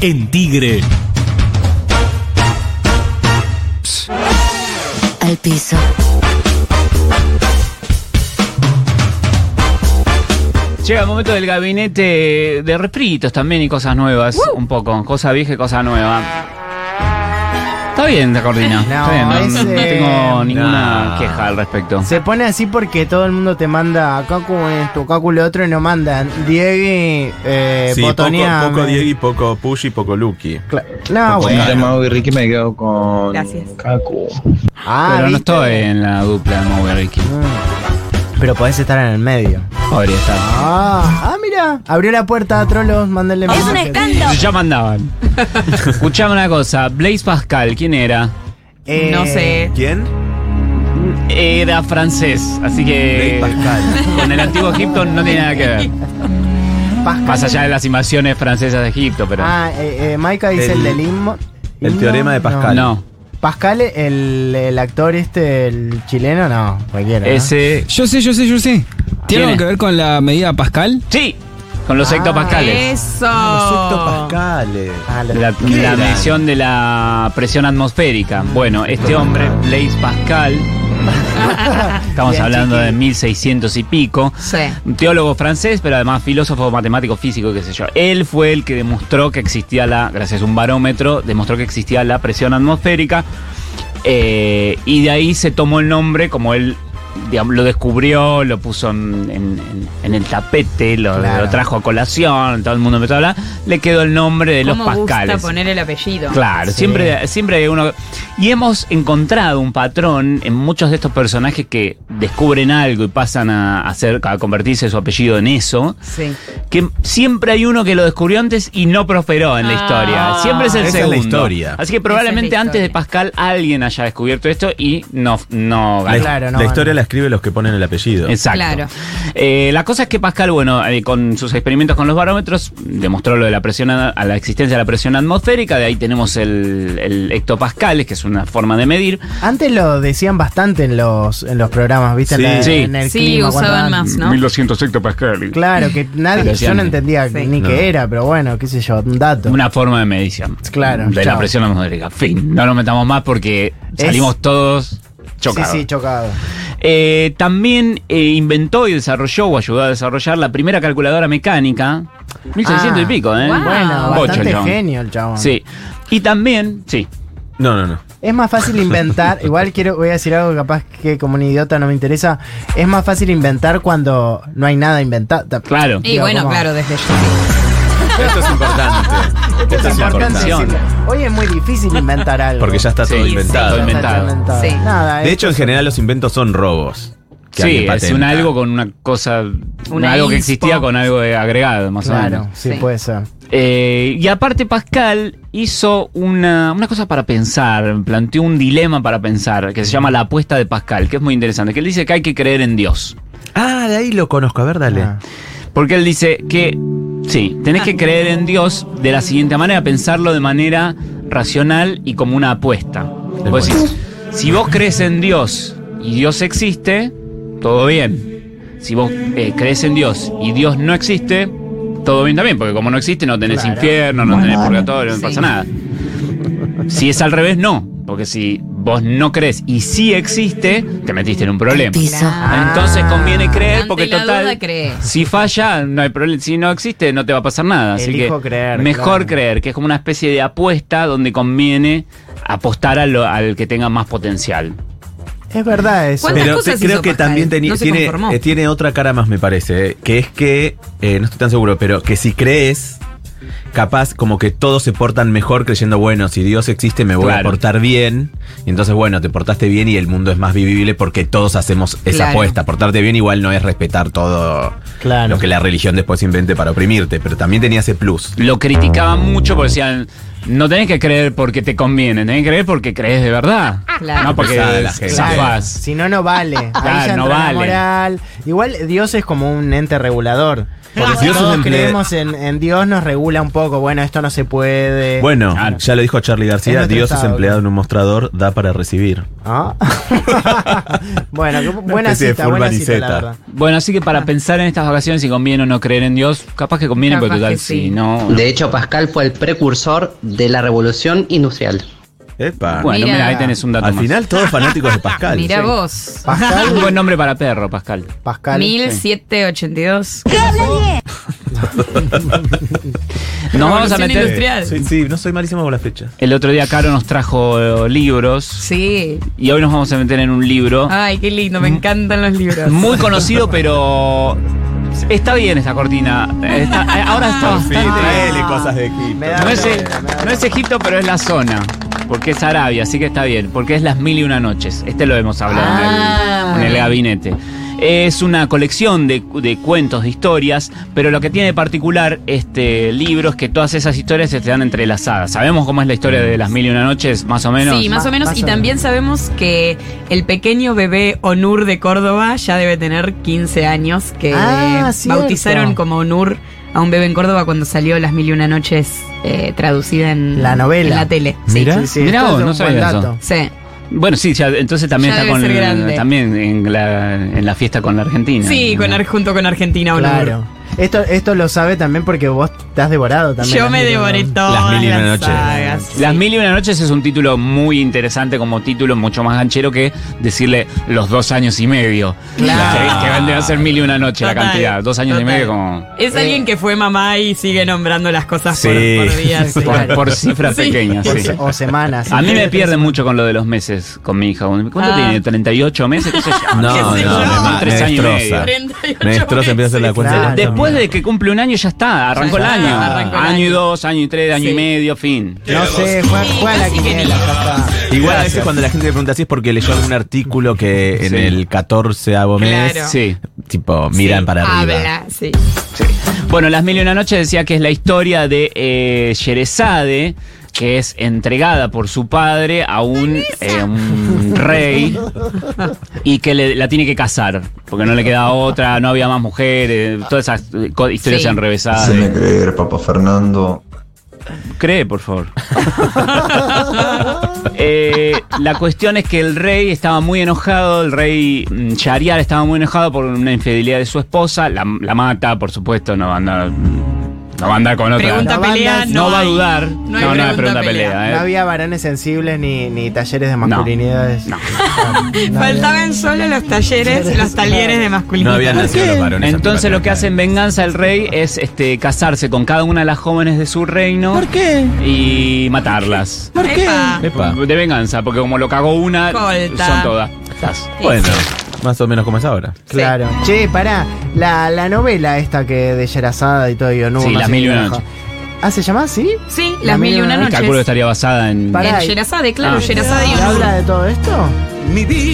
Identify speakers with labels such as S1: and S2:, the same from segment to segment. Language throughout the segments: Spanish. S1: En Tigre,
S2: Eh,
S3: al piso.
S2: Llega el momento del gabinete de refritos también y cosas nuevas, un poco. Cosa vieja y cosa nueva. Está bien, te coordina.
S4: No,
S2: Está bien, no,
S4: es,
S2: no
S4: eh,
S2: tengo ninguna
S1: no.
S2: queja al respecto.
S4: Se pone así porque todo el mundo te manda Cacu esto, Cacu lo otro y no mandan. Diegui, eh,
S1: sí, poco,
S4: botoneame.
S1: poco Diegui, poco Pushy, poco Lucky.
S4: Cla- No,
S1: Poco
S5: Me
S4: bueno.
S1: Diegui.
S5: llamo Mau y Ricky me quedo con
S6: Gracias.
S5: Kaku.
S4: Ah,
S2: Pero no
S4: ¿viste?
S2: estoy en la dupla de Mover Ricky.
S4: Mm. Pero podés estar en el medio.
S2: Podría estar.
S4: Ah, ah mira. Abrió la puerta a trolos, mándenle
S6: Es un
S4: mensajes.
S6: escándalo.
S2: Ya mandaban. Escuchame una cosa. Blaise Pascal, ¿quién era?
S4: Eh,
S6: No sé.
S1: ¿Quién?
S2: Era francés, así que.
S1: Blaise Pascal.
S2: Con el antiguo Egipto no tiene nada que ver.
S4: Pascal.
S2: Más allá de las invasiones francesas de Egipto, pero.
S4: Ah, eh, eh, Maika dice el,
S1: El-
S4: del himno.
S1: el
S4: himno,
S1: teorema de Pascal.
S2: No.
S4: Pascal, el, el actor este, el chileno, no, cualquiera. ¿no?
S2: Ese.
S7: Yo sé, yo sé, yo sé.
S2: ¿Tiene?
S7: ¿Tiene algo que ver con la medida Pascal?
S2: Sí, con los
S4: Ah,
S2: hectopascales.
S6: Eso.
S1: Los Pascales.
S4: Ah, lo-
S2: La,
S1: ¿Qué
S2: la
S1: eran?
S2: medición de la presión atmosférica. Bueno, este hombre, Blaise Pascal, estamos
S4: Bien,
S2: hablando de
S4: chiqui.
S2: 1600 y pico,
S6: Sí.
S2: un teólogo francés, pero además filósofo, matemático, físico, qué sé yo. Él fue el que demostró que existía la, gracias a un barómetro, demostró que existía la presión atmosférica. eh, y de ahí se tomó el nombre, como él digamos, lo descubrió, lo puso en, en- en- en el tapete, lo,
S4: Claro.
S2: lo trajo a colación, todo el mundo empezó a hablar. Le quedó el nombre de los
S6: ¿Cómo
S2: Pascales.
S6: gusta poner el apellido?
S2: Claro,
S4: Sí.
S2: siempre, siempre hay uno. Y hemos encontrado un patrón en muchos de estos personajes que descubren algo y pasan a, hacer, a convertirse su apellido en eso.
S6: Sí.
S2: Que siempre hay uno que lo descubrió antes y no prosperó en la
S6: Ah.
S2: historia. Siempre es el
S1: Esa es la
S2: segundo.
S1: historia.
S2: Así que probablemente
S6: Esa es la
S2: antes de
S6: historia.
S2: Pascal alguien haya descubierto esto y no, no
S1: La,
S2: ganó.
S4: Claro, no,
S1: la historia
S4: no.
S1: la escriben los que ponen el apellido.
S2: Exacto.
S6: Claro.
S2: Eh, la cosa es que Pascal, bueno, eh, con sus experimentos con los barómetros, demostró lo de la presión a, a la existencia de la presión atmosférica. De ahí tenemos el, el hectopascales, que es una forma de medir.
S4: Antes lo decían bastante en los, en los programas, ¿viste? En
S1: Sí.
S4: la-
S2: Sí.
S4: en el
S6: Sí,
S4: clima, cuando
S6: usaban
S4: daban-
S6: más, ¿no?
S2: 1200 hectopascales.
S4: Claro, que nadie, yo
S2: Decían-
S4: no entendía
S6: Sí.
S4: ni
S1: No.
S4: qué era, pero bueno, qué sé yo, un dato.
S2: Una forma de medición.
S4: Claro,
S2: De
S4: chao.
S2: la presión atmosférica. Fin. No nos metamos más porque
S4: Es-
S2: salimos todos chocados.
S4: Sí, sí, chocado.
S2: Eh, también eh, inventó y desarrolló o ayudó a desarrollar la primera calculadora mecánica. 1600 y
S4: Ah,
S2: pico, ¿eh?
S6: guau.
S4: Bueno,
S2: Bocha
S4: bastante
S2: el chabón.
S4: genio el chabón.
S2: Sí. Y también, sí.
S1: No, no, no.
S4: Es más fácil inventar, igual quiero, voy a decir algo capaz que como un idiota no me interesa, es más fácil inventar cuando no hay nada inventado.
S2: Claro.
S6: Y
S4: Digo,
S6: bueno,
S4: ¿cómo?
S6: claro, desde yo.
S1: Esto es importante. Esto es importante.
S2: importante.
S4: Hoy es muy difícil inventar algo.
S1: Porque ya está todo
S2: Sí,
S1: inventado.
S2: sí, todo inventado.
S6: Sí.
S4: Nada,
S1: De
S4: es-
S1: hecho, en general los inventos son robos. que
S2: Sí,
S1: alguien
S2: es
S1: patenta.
S2: un algo con una cosa,
S6: Una
S2: algo que
S6: inspo.
S2: existía con algo de agregado, más o menos.
S4: Claro, sí,
S6: Sí.
S4: puede ser.
S2: Eh, y aparte Pascal hizo una, una cosa para pensar, planteó un dilema para pensar, que se llama la apuesta de Pascal, que es muy interesante, que él dice que hay que creer en Dios.
S1: Ah, de ahí lo conozco. A ver, dale.
S4: Ah.
S2: Porque él dice que, sí, tenés que creer en Dios de la siguiente manera, pensarlo de manera racional y como una apuesta. Vos
S1: bueno.
S2: decís, si vos crees en Dios y Dios existe, todo bien. Si vos eh, crees en Dios y Dios no existe, todo bien también, porque como no existe no tenés
S4: Claro.
S2: infierno, no tenés purgatorio,
S6: Sí.
S2: no pasa nada. Si es al revés, no. Porque si vos no crees y sí existe, te metiste en un problema.
S3: Piso.
S2: Entonces conviene creer
S6: Ante
S2: Ah, porque
S6: la
S2: total.
S6: duda, cree.
S2: Si falla, no hay problema. Si no existe, no te va a pasar nada. Así que
S4: Elijo creer,
S2: mejor
S4: claro.
S2: creer, que es como una especie de apuesta donde conviene apostar a lo- al que tenga más potencial.
S4: Es verdad eso.
S6: ¿Cuántas
S1: Pero
S6: cosas
S1: te- creo
S6: hizo
S1: que
S6: Pascal?
S1: también teni-
S6: No se
S1: tiene,
S6: conformó.
S1: eh, tiene otra cara más, me parece. eh, que es que, eh, no estoy tan seguro, pero que si crees, capaz como que todos se portan mejor creyendo, bueno, si Dios existe me voy a
S2: Claro.
S1: portar bien. Y entonces, bueno, te portaste bien y el mundo es más vivible porque todos hacemos esa
S8: Claro.
S1: apuesta. Portarte bien igual no es respetar todo
S4: Claro.
S1: lo que la religión después invente para oprimirte, pero también tenía ese plus.
S2: Lo criticaban mucho porque decían, no tenés que creer porque te conviene, tenés que creer porque crees de verdad.
S8: Claro.
S2: No porque
S1: Pesada la gente.
S4: Claro,
S2: zafás.
S4: Si no, no vale. Ahí
S2: Claro,
S4: ya
S2: no
S4: entra la
S2: vale.
S4: moral. Igual Dios es como un ente regulador. Porque si
S1: Dios es
S4: todos
S1: ente-
S4: creemos en, en Dios, nos regula un poco. Bueno, esto no se puede.
S1: Bueno,
S2: Claro.
S1: ya lo dijo Charlie
S4: Eh, Es
S1: García,
S4: nuestro
S1: Dios es
S4: estado,
S1: empleado en un mostrador, da para recibir.
S4: Ah. bueno, qué bu-
S1: Una
S4: buena
S1: especie de
S4: cita, buena cita, la
S1: Fulvaniceta.
S4: verdad.
S2: Bueno, así que
S4: Ah.
S2: para pensar en estas vacaciones si conviene o no creer en Dios, capaz que conviene, porque
S3: Capaz
S2: total,
S3: que sí.
S2: si no.
S6: De hecho, Pascal fue el precursor de la revolución industrial.
S1: Epa.
S2: Bueno,
S3: Mira.
S2: mira, ahí tenés un dato
S1: Al
S2: más.
S1: final todos fanáticos de Pascal.
S3: Mira
S1: Sí.
S3: vos.
S4: Pascal,
S2: Un buen nombre para perro, Pascal.
S4: Pascal.
S3: 1782.
S2: Nos vamos a
S3: Revolución
S2: meter.
S3: industrial.
S1: Sí, sí, no soy malísimo con las fechas.
S2: El otro día Caro nos trajo eh, libros
S3: Sí.
S2: y hoy nos vamos a meter en un libro
S3: Ay, qué lindo, me encantan los libros.
S2: muy conocido, pero está bien esta cortina. Está- eh, ahora
S3: Ah,
S2: está
S1: Por fin,
S2: bastante-
S1: traele cosas de Egipto.
S4: Me da-
S2: No es, eh, no es Egipto, pero es la zona. Porque es Arabia, así que está bien. Porque es las mil y una noches. Este lo hemos hablado en el-
S3: Ah,
S2: en, el,
S3: muy bien.
S2: gabinete. Es una colección de, de cuentos, de historias, pero lo que tiene de particular este libro es que todas esas historias se te dan entrelazadas. Sabemos cómo es la historia de las mil y una noches, más o menos.
S3: Sí, más o menos.
S4: Más
S3: y
S4: o
S3: también
S4: menos.
S3: sabemos que el pequeño bebé Onur de Córdoba ya debe tener 15 años, que
S4: Ah, cierto.
S3: bautizaron como Onur a un bebé en Córdoba cuando salió Las Mil y Una Noches eh, traducida en
S4: La novela.
S3: En la tele.
S2: Mirá.
S4: Sí, sí,
S2: Mirá
S4: esto
S2: vos,
S4: es
S2: no
S4: un buen
S2: sabía eso.
S4: dato.
S3: Sí.
S2: Bueno, sí, ya- entonces también
S3: Ya
S2: está
S3: debe
S2: con
S3: ser grande.
S2: también en la, en la fiesta con la Argentina.
S3: Sí, con Ar- junto con Argentina Onur.
S4: Claro. Esto, esto lo sabe también porque vos te has devorado también.
S3: Yo me devoré todas las,
S1: Mil y Una Noches.
S3: sagas, sí.
S2: Las Mil y Una Noches es un título muy interesante como título, mucho más ganchero que decirle los dos años y medio.
S3: Claro.
S2: Que, que vendría a ser Mil y Una Noche la
S3: Total,
S2: cantidad. Dos años y
S3: total.
S2: medio como
S3: Es alguien que fue mamá y sigue nombrando las cosas por,
S1: Sí.
S3: por días.
S2: por,
S3: claro.
S2: por cifras
S3: Sí.
S2: pequeñas.
S4: O,
S2: sí.
S4: se- o semanas.
S2: A mí me pierden mucho con lo de los meses con mi hija. ¿Cuánto
S3: Ah.
S2: tiene? ¿38 meses? ¿Qué sé yo?
S1: No,
S2: ¿Qué sé yo?
S3: no, me ma-
S2: Tres
S1: me
S2: años y
S1: destroza.
S2: medio.
S3: 38
S1: Maestro se empieza a hacer la
S3: meses.
S1: cuenta.
S4: Claro.
S2: Después de que cumple un año ya está, arrancó
S3: Ya
S2: el
S3: está,
S2: año.
S3: arrancó el
S2: año y
S3: año.
S2: dos, año y tres, año y
S3: Sí.
S2: medio, fin.
S4: No sé, juega, juega a la
S3: Casi que
S4: quiniela,
S3: ni-
S4: ya está.
S1: Igual a veces cuando la gente le pregunta así es porque leyó algún artículo que en
S2: Sí.
S1: el 14 mes,
S3: Claro. Ah,
S2: Sí.
S1: tipo, miran para arriba.
S3: Habla, sí.
S2: Bueno, Las Mil y Una Noches decía que es la historia de eh, Sherezade, que es entregada por su padre a un, eh, un rey y que le- la tiene que casar, porque no le queda otra, no había más mujeres, todas esas eh, co- historias
S3: Sí.
S2: enrevesadas.
S9: Hazme creer, Papa Fernando.
S2: Cree, por favor. Eh, la cuestión es que el rey estaba muy enojado, el rey mm, Shahriar estaba muy enojado por una infidelidad de su esposa, la, la mata, por supuesto, no va a andar, no va a andar con otra.
S3: Pregunta
S4: No,
S3: pelea,
S4: bandas,
S3: no,
S2: no, va a
S3: hay-
S2: dudar.
S3: No, hay pregunta, pelea.
S4: No
S2: eh.
S4: había varones sensibles ni, ni talleres de
S2: No.
S4: masculinidades.
S2: No.
S4: No había-
S3: Faltaban solo los talleres, los talleres de
S1: No
S3: masculinidad.
S1: habían nacido los varones.
S2: Entonces lo que hace en venganza el rey es este, casarse con cada una de las jóvenes de su reino. ¿Por qué? Y matarlas.
S3: ¿Por qué?
S1: Epa.
S2: De venganza, porque como lo cagó una,
S3: Colta.
S2: son todas.
S1: Bueno, más o menos como es ahora.
S4: Claro. Che, pará. La, la novela esta que de Yerazada y todo, y Onur,
S2: Sí,
S4: no
S2: Las
S4: sé
S2: Mil y
S4: qué
S2: Una
S4: carajo.
S2: Noches.
S4: Ah, ¿se llama así?
S3: Sí,
S4: La
S3: las
S4: mil
S3: mil y una
S4: y una
S3: noches.
S2: Calculo que estaría basada en...
S4: Pará.
S3: En
S4: Ay.
S3: Yerazade, claro,
S2: Ah.
S3: Yerazade y
S4: ¿Y habla de todo esto?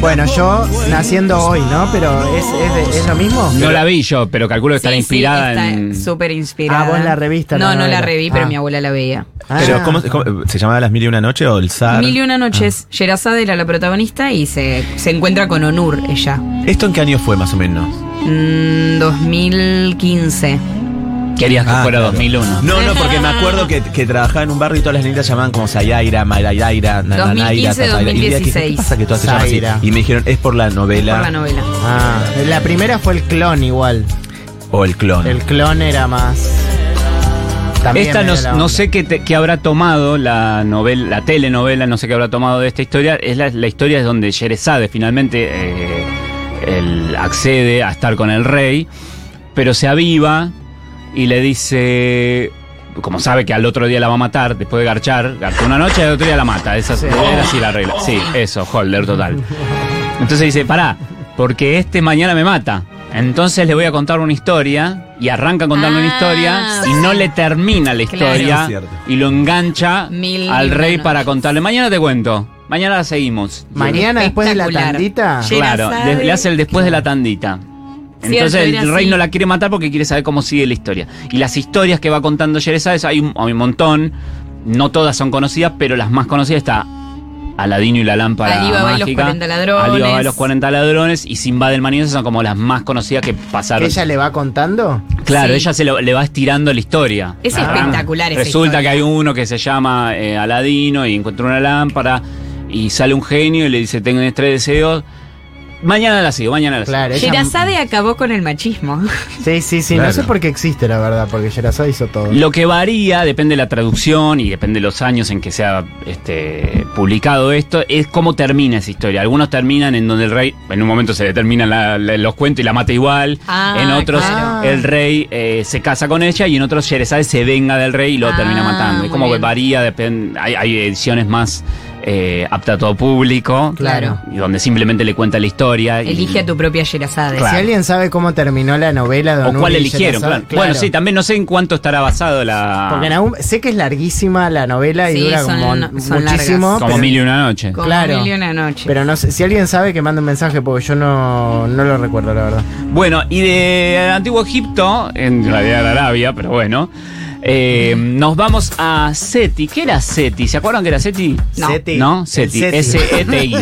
S4: Bueno, yo naciendo hoy, ¿no? Pero ¿es, es, de- es lo mismo?
S2: No la vi yo, pero calculo que estará inspirada en...
S3: Súper inspirada.
S4: Ah, vos la revista,
S3: No,
S4: la
S3: no la
S4: novela.
S3: reví, pero
S4: Ah.
S3: mi abuela la veía.
S4: Ah.
S1: Pero, ¿cómo, cómo- se llamaba Las Mil y Una Noche o El Zar?
S3: Mil y una noches, Yerazade era la protagonista y se, se encuentra con Onur, ella.
S1: ¿Esto en qué año fue más o menos?
S3: Mm, 2015.
S2: Querías que
S1: Ah,
S2: fuera
S1: claro.
S2: 2001.
S1: No, no, porque me acuerdo que, que trabajaba en un barrio y todas las niñas llamaban como Sayaira, Marayaira, Nananaira,
S3: 2015,
S1: Tazaira. Y un día dije, ¿Qué
S3: 2016?
S1: pasa que todas se llaman así?
S4: Zaira.
S1: Y me dijeron, es por la novela
S3: Por la novela.
S4: Ah, la primera fue el clon igual.
S1: o el clon.
S4: El clon era más... también
S2: Esta
S4: medio
S2: no,
S4: la
S2: no
S4: onda.
S2: sé qué, te- qué habrá tomado la novela, la telenovela, no sé qué habrá tomado de esta historia. Es la, la historia es donde Sherezade finalmente eh, él accede a estar con el rey, pero se aviva y le dice, como sabe que al otro día la va a matar, después de garchar, garchó una noche y al otro día la mata. Esa
S4: Sí. Oh.
S2: era así la regla. Sí, eso, Holder total. Entonces dice, pará, porque este mañana me mata. Entonces le voy a contar una historia y arranca contando una
S10: Ah,
S2: historia
S10: sí.
S2: y no le termina la
S10: Claro.
S2: historia
S1: Es cierto.
S2: y lo engancha
S10: Mil
S2: al rey
S10: manos.
S2: para contarle. Mañana te cuento. Mañana la seguimos.
S4: Mañana después de la
S3: Espectacular.
S4: tandita.
S3: Sí.
S2: Claro,
S3: Era
S2: le,
S3: sabe-
S2: le hace el después de la tandita.
S10: Cierto,
S2: Entonces
S10: era
S2: el rey
S10: así.
S2: no la quiere matar porque quiere saber cómo sigue la historia. Y las historias que va contando Yerezades hay un, hay un montón. No todas son conocidas, pero las más conocidas está Aladino y la lámpara
S10: Ali Baba y los
S2: mágica.
S10: 40 ladrones.
S2: Ali Baba y los 40 ladrones y Sinbad el Maníaco son como las más conocidas que
S4: Que
S2: pasaron.
S4: ella le va contando.
S2: Claro,
S10: Sí.
S2: ella se lo- le va estirando la historia.
S10: Es
S2: Arranca.
S3: espectacular esa
S2: Resulta
S3: historia.
S2: que hay uno que se llama eh, Aladino y encuentra una lámpara y sale un genio y le dice, tengo tres deseos. Mañana la sigo, mañana la sigo.
S4: Claro, ella-
S3: Sherazade acabó con el machismo.
S4: Sí, sí, sí. No
S9: Claro.
S4: sé por qué existe, la verdad, porque Yerazada hizo todo.
S2: Lo que varía, depende de la traducción y depende de los años en que sea este, publicado esto, es cómo termina esa historia. Algunos terminan en donde el rey, en un momento se determinan los cuentos y la mata igual.
S10: Ah,
S2: en otros,
S4: claro.
S2: el rey eh, se casa con ella y en otros, Sherezade se venga del rey y lo
S10: Ah,
S2: termina matando.
S10: muy
S2: Es como que
S10: bien.
S2: varía, depende, hay, hay ediciones más eh, apta a todo público.
S4: Claro.
S2: y Donde simplemente le cuenta la historia. y-
S3: Elige a tu propia Sherazade.
S2: Claro.
S4: Si alguien sabe cómo terminó la novela, Don
S2: O cuál
S4: Uri y
S2: eligieron,
S4: Yerazade,
S2: claro. Bueno, sí, Ah. también no sé en cuánto estará basado la...
S4: Porque en algún- sé que es larguísima la novela y
S3: Sí,
S4: dura
S3: son-
S4: como muchísimo.
S3: son largas.
S2: como
S4: pero,
S2: mil y una noche.
S3: Como
S4: Claro.
S3: mil y una noche.
S4: pero no sé, si alguien sabe que mande un mensaje, porque yo no, no lo recuerdo, la verdad.
S2: Bueno, y de Antiguo Egipto, en realidad era Arabia, pero bueno, eh, nos vamos a Seti. ¿Qué era Seti? ¿Se acuerdan que era Seti?
S3: No.
S1: E
S4: Seti.
S2: No,
S4: El
S2: Seti. E
S4: Seti.
S2: S-E-T-I.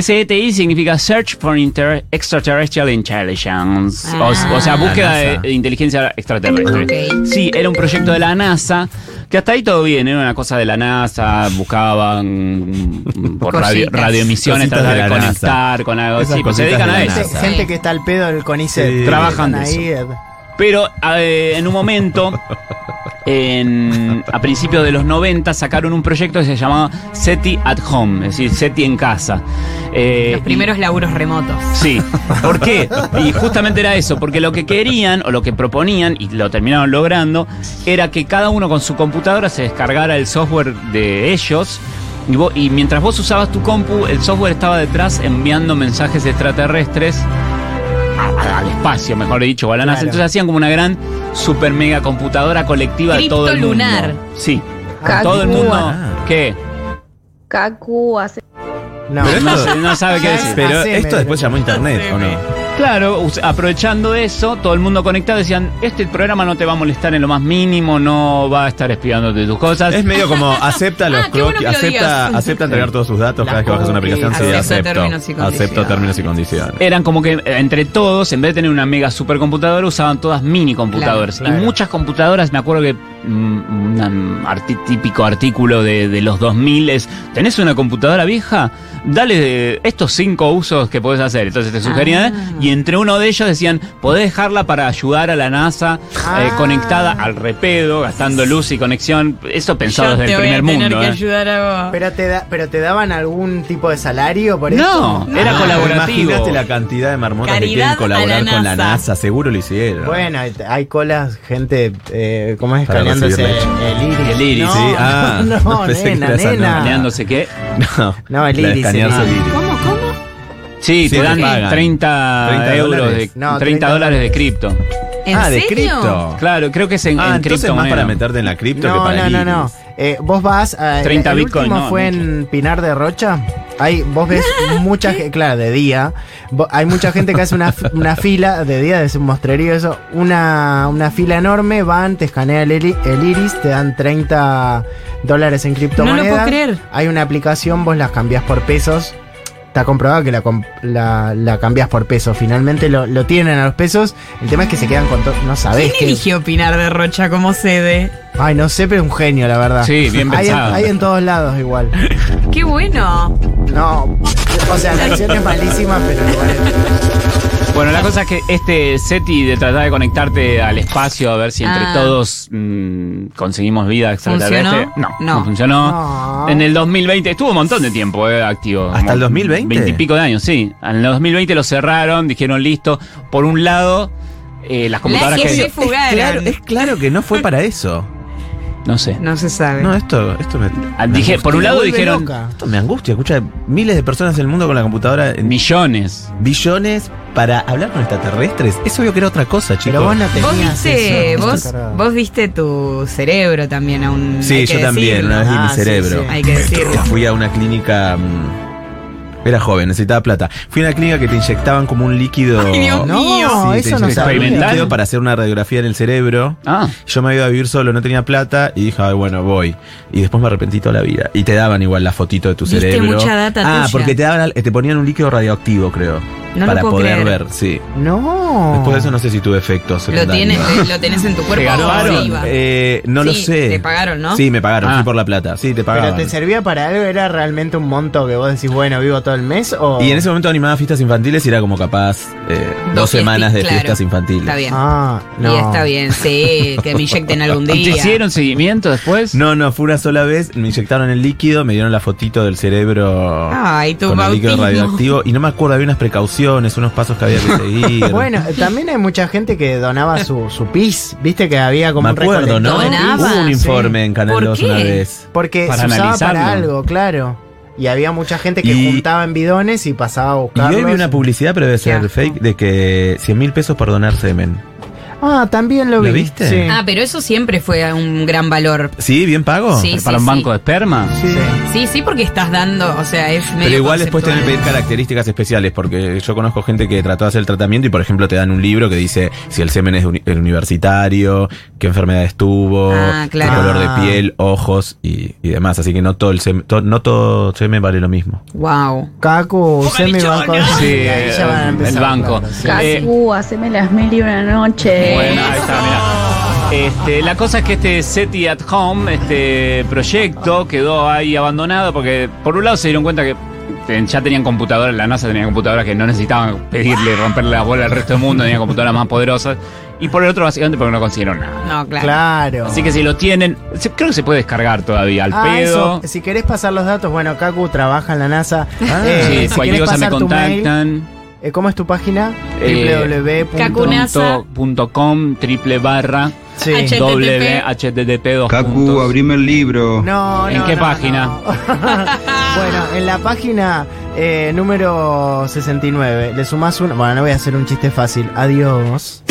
S2: SETI E significa Search for Inter- Extraterrestrial Intelligence. O- o, sea,
S3: Ah.
S2: búsqueda de,
S1: NASA.
S2: de inteligencia extraterrestre.
S3: Ok.
S2: Sí, era un proyecto de la NASA. Que hasta ahí todo bien, era una cosa de la NASA, buscaban mm, por radio,
S3: Cositas.
S2: radioemisiones,
S1: Cositas
S2: tratar
S1: de
S2: de,
S1: la NASA.
S2: conectar con algo
S1: Esas
S2: así, pues se
S1: cositas
S2: dedican
S1: de
S2: a
S1: la
S2: eso.
S1: NASA.
S4: Gente, gente que está al pedo del CONICET.
S1: Sí.
S2: Trabajan de
S4: ahí. eh,
S2: Pero eh, en un momento, en- a principios de los 90, sacaron un proyecto que se llamaba SETI at Home, es decir, SETI en casa. Eh,
S3: Los primeros laburos remotos.
S2: y- Sí, ¿por qué? Y justamente era eso, porque lo que querían o lo que proponían, y lo terminaron logrando, era que cada uno con su computadora se descargara el software de ellos. Y, vos- y mientras vos usabas tu compu, el software estaba detrás enviando mensajes extraterrestres a- al espacio, mejor dicho, o a la NASA.
S4: Claro.
S2: Entonces hacían como una gran super mega computadora colectiva de todo el mundo.
S10: Criptolunar.
S2: Sí.
S4: Ah,
S2: todo el mundo.
S1: Ah.
S2: ¿Qué?
S11: Kaku hace.
S4: No.
S1: Pero
S2: No,
S1: esto-
S2: sé- no sabe qué
S4: Ah,
S2: decir.
S1: Pero
S4: Haceme,
S1: esto después llamó internet, ¿o no?
S2: Claro, us- aprovechando eso, todo el mundo conectado decían, este programa no te va a molestar en lo más mínimo, no va a estar espiándote tus cosas.
S1: Es medio como acepta los
S10: Ah, qué bueno
S1: croquis,
S10: que lo
S1: acepta,
S10: digas.
S1: acepta entregar todos sus datos cada vez que bajas una
S4: cookie.
S1: aplicación. Sí,
S3: Acepto
S1: acepto.
S3: términos y condiciones.
S1: acepto términos y condiciones.
S2: Eran como que eh, entre todos, en vez de tener una mega supercomputadora, usaban todas mini computadoras.
S4: Claro, claro.
S2: Y muchas computadoras, me acuerdo que mm, un am- arti- típico artículo de, de los 2000 es, ¿tenés una computadora vieja? Dale eh, estos cinco usos que podés hacer. Entonces te sugerían,
S3: Ah.
S2: y entre uno de ellos decían, podés dejarla para ayudar a la NASA eh,
S4: Ah.
S2: conectada al repedo, gastando luz y conexión. Eso pensado
S3: Yo
S2: desde
S3: te
S2: el
S3: voy
S2: primer
S3: a tener
S2: mundo.
S3: que
S2: ¿eh?
S3: ayudar a vos.
S4: Pero te, da- pero te daban algún tipo de salario por
S2: No,
S4: eso.
S2: era
S1: Ah,
S2: colaborativo.
S1: Imagínate la cantidad de marmotas que
S3: Caridad
S1: quieren colaborar
S3: a la
S1: con la
S3: NASA.
S1: NASA. Seguro lo hicieron.
S4: Bueno, y te- hay colas, gente, eh, ¿cómo es?
S1: Para
S4: Escaneándose
S1: recibir
S4: el iris.
S2: El iris,
S4: no,
S1: sí, ah,
S4: no,
S1: pensé que
S4: nena,
S1: era esa
S4: nena.
S1: novela.
S2: Leándose qué.
S1: No,
S4: No, el
S1: la Ah, de
S4: iris,
S1: escanearse
S4: el
S1: el
S4: iris.
S1: iris.
S10: ¿Cómo, cómo?
S2: Sí,
S1: Sí,
S2: te
S1: te
S2: dan
S1: pagan.
S2: 30,
S1: 30
S2: euros, de,
S1: dólares.
S4: No,
S2: 30,
S4: 30
S2: dólares de cripto.
S10: ¿En
S1: ah, de
S10: serio?
S1: cripto.
S2: Claro, creo que es en,
S1: Ah,
S2: en
S1: entonces
S2: cripto
S1: más para
S2: moneda.
S1: meterte en la cripto que
S4: No,
S1: para
S4: no,
S1: el
S4: no,
S1: iris.
S4: no. Eh, vos vas a.
S2: 30
S4: el
S2: Bitcoin,
S4: último
S2: no,
S4: fue
S2: mucho.
S4: en Pinar de Rocha. Ahí vos ves mucha gente, claro, de día. Vo- Hay mucha gente que hace una, f- una fila de día, de un mostrerío, eso. Una, una fila enorme, van, te escanean el, ili- el iris, te dan 30 dólares en criptomonedas.
S3: puedo creer.
S4: Hay una aplicación, vos las cambiás por pesos. Está comprobado que la, com- la, la cambiás por pesos. Finalmente lo, lo tienen a los pesos. El tema es que se quedan con todo. No sabés
S3: ¿Quién
S4: que.
S3: eligió Pinar de Rocha como sede?
S4: Ay, no sé, pero es un genio, la verdad.
S2: Sí, bien
S4: Hay en,
S2: pensado.
S4: hay en todos lados igual.
S3: ¡Qué bueno!
S4: No, o sea, la acción es malísima, pero igual.
S2: Bueno, la cosa es que este SETI de tratar de conectarte al espacio a ver si entre
S3: Ah.
S2: todos mm, conseguimos vida extraterrestre.
S3: ¿Funcionó?
S2: No, no,
S3: No.
S2: funcionó.
S4: No.
S2: En el 2020 estuvo un montón de tiempo eh, activo.
S1: ¿Hasta
S2: Como
S1: el 2020?
S2: 20 y pico de años, sí. En el 2020 lo cerraron, dijeron listo. Por un lado, eh, las computadoras
S3: que
S2: que...
S3: se fugaron.
S1: Claro, es claro que no fue para eso.
S2: No sé.
S3: No se sabe.
S1: No, esto, esto me.
S2: Ah,
S1: me
S2: dije,
S1: angustia.
S2: por un lado
S1: Me vuelve
S2: dijeron
S1: loca. Esto me angustia. Escucha, miles de personas en el mundo con la computadora en
S2: millones.
S1: billones para hablar con extraterrestres. Eso obvio que era otra cosa, chicos.
S4: Pero vos no
S3: Vos
S4: tenías
S3: diste,
S4: eso.
S3: vos,
S4: Cargado.
S3: vos diste tu cerebro también a un.
S1: Sí,
S3: hay que
S1: yo también,
S3: decirlo.
S1: una vez di mi
S3: Ah, sí,
S1: cerebro.
S3: sí, Hay que decirlo.
S1: Fui a una clínica. mm, Era joven, necesitaba plata. Fui a una clínica que te inyectaban como un líquido.
S3: Ay,
S2: "Oh,
S3: Dios
S1: Sí,
S4: No,
S1: te
S4: eso no
S1: inyectaban un
S4: sabía.
S2: Experimental.
S1: líquido para hacer una radiografía en el cerebro.
S2: Ah,
S1: Yo me iba a vivir solo, no tenía plata y dije, ay, bueno, voy. Y después me arrepentí toda la vida. Y te daban igual la fotito de tu
S3: Diste
S1: cerebro.
S3: mucha data
S1: ah,
S3: tuya.
S1: porque te daban, al- te ponían un líquido radioactivo, creo.
S3: No lo
S1: para
S3: puedo
S1: poder
S3: creer.
S1: ver, sí.
S4: No.
S1: Después de eso no sé si tuve efectos
S3: Lo
S1: secundarios.
S3: tienes, eh, lo tenés en tu cuerpo. o
S2: ganaron?
S3: se iba?
S1: Eh, no lo
S3: Sí,
S1: sé.
S3: te pagaron, ¿no?
S1: Sí, me pagaron,
S2: Ah.
S1: fui por la plata. Sí, te pagaron.
S4: ¿Pero te servía para algo? ¿Era realmente un monto que vos decís, bueno, vivo todo el mes? O...
S1: Y en ese momento animaba fiestas infantiles y era como capaz eh, dos,
S3: Dos
S1: semanas de
S3: fiesti- claro.
S1: fiestas infantiles.
S3: Está bien.
S4: Ah, no.
S3: Y está bien, sí, que me inyecten algún
S2: ¿te
S3: día.
S2: hicieron seguimiento después?
S1: No, no, fue una sola vez, me inyectaron el líquido, me dieron la fotito del cerebro
S3: Ay, tu
S1: con el líquido
S3: bautismo.
S1: radioactivo y no me acuerdo, había unas precauciones, unos pasos que había que seguir.
S4: Bueno, también hay mucha gente que donaba su, su pis. Viste que había como
S1: me
S4: un
S1: acuerdo, ¿no?
S4: recolector.
S3: Donaba.
S1: Hubo un
S4: Sí.
S1: informe en Canal
S3: ¿Por
S1: 2 una
S3: qué?
S1: vez.
S4: Porque
S2: Para
S4: se usaba para
S2: analizarlo.
S4: algo, claro. Y había mucha gente que
S1: Y-
S4: juntaba en bidones y pasaba a
S1: Y
S4: buscarlos.
S1: hoy vi una publicidad, pero debe ser
S3: asco.
S1: fake, de que 100 mil pesos por donar semen.
S4: Ah, también lo
S1: ¿Lo
S4: vi.
S1: viste?
S4: Sí.
S3: Ah, pero eso siempre fue un gran valor.
S1: ¿Sí? ¿Bien pago?
S3: Sí,
S2: ¿Para un banco de esperma?
S4: Sí.
S3: Sí, sí, porque estás dando, o sea, es medio.
S1: Pero igual después tienen
S3: conceptual.
S1: que pedir características especiales, porque yo conozco gente que trató de hacer el tratamiento y, por ejemplo, te dan un libro que dice si el semen es uni- el universitario, qué enfermedades tuvo,
S3: Ah, claro.
S1: qué color
S4: Ah.
S1: de piel, ojos y, y demás. Así que no todo el semen, to- no todo semen vale lo mismo.
S3: Wow.
S4: Cacu,
S2: Poca
S4: semi banco.
S2: lichona. Sí, eh,
S4: ahí ya van a
S2: el
S4: empezar,
S2: banco.
S4: claro, sí.
S2: Eh.
S11: Cacu, uh, haceme las mil y una noche.
S2: Bueno, ahí está, mirá. Este, la cosa es que este SETI at Home, este proyecto, quedó ahí abandonado porque, por un lado, se dieron cuenta que ten- ya tenían computadoras, la NASA tenía computadoras que no necesitaban pedirle romperle la bola al resto del mundo, tenía computadoras más poderosas. Y por el otro, básicamente, porque no consiguieron nada.
S3: No, claro.
S4: Claro.
S2: Así que si lo tienen, se- creo que se puede descargar todavía al
S4: Ah,
S2: pedo. Ah,
S4: eso, si querés pasar los datos, bueno, Kaku trabaja en la NASA. Eh,
S2: Sí,
S4: si
S2: cualquier
S4: querés
S2: cosa me
S4: pasar tu mail,
S2: contactan.
S4: eh, ¿Cómo es tu página?
S2: Eh,
S4: www.
S3: Cacuna.
S2: punto- punto com, triple barra,
S4: Sí.
S3: H- HTTP.
S2: doble http dos
S5: Cacu,
S2: puntos.
S5: abrime el libro.
S4: No,
S2: ¿En
S4: no,
S2: qué
S4: no,
S2: página?
S4: no. bueno, en la página eh, número 69 le sumás un... Bueno, no voy a hacer un chiste fácil. Adiós.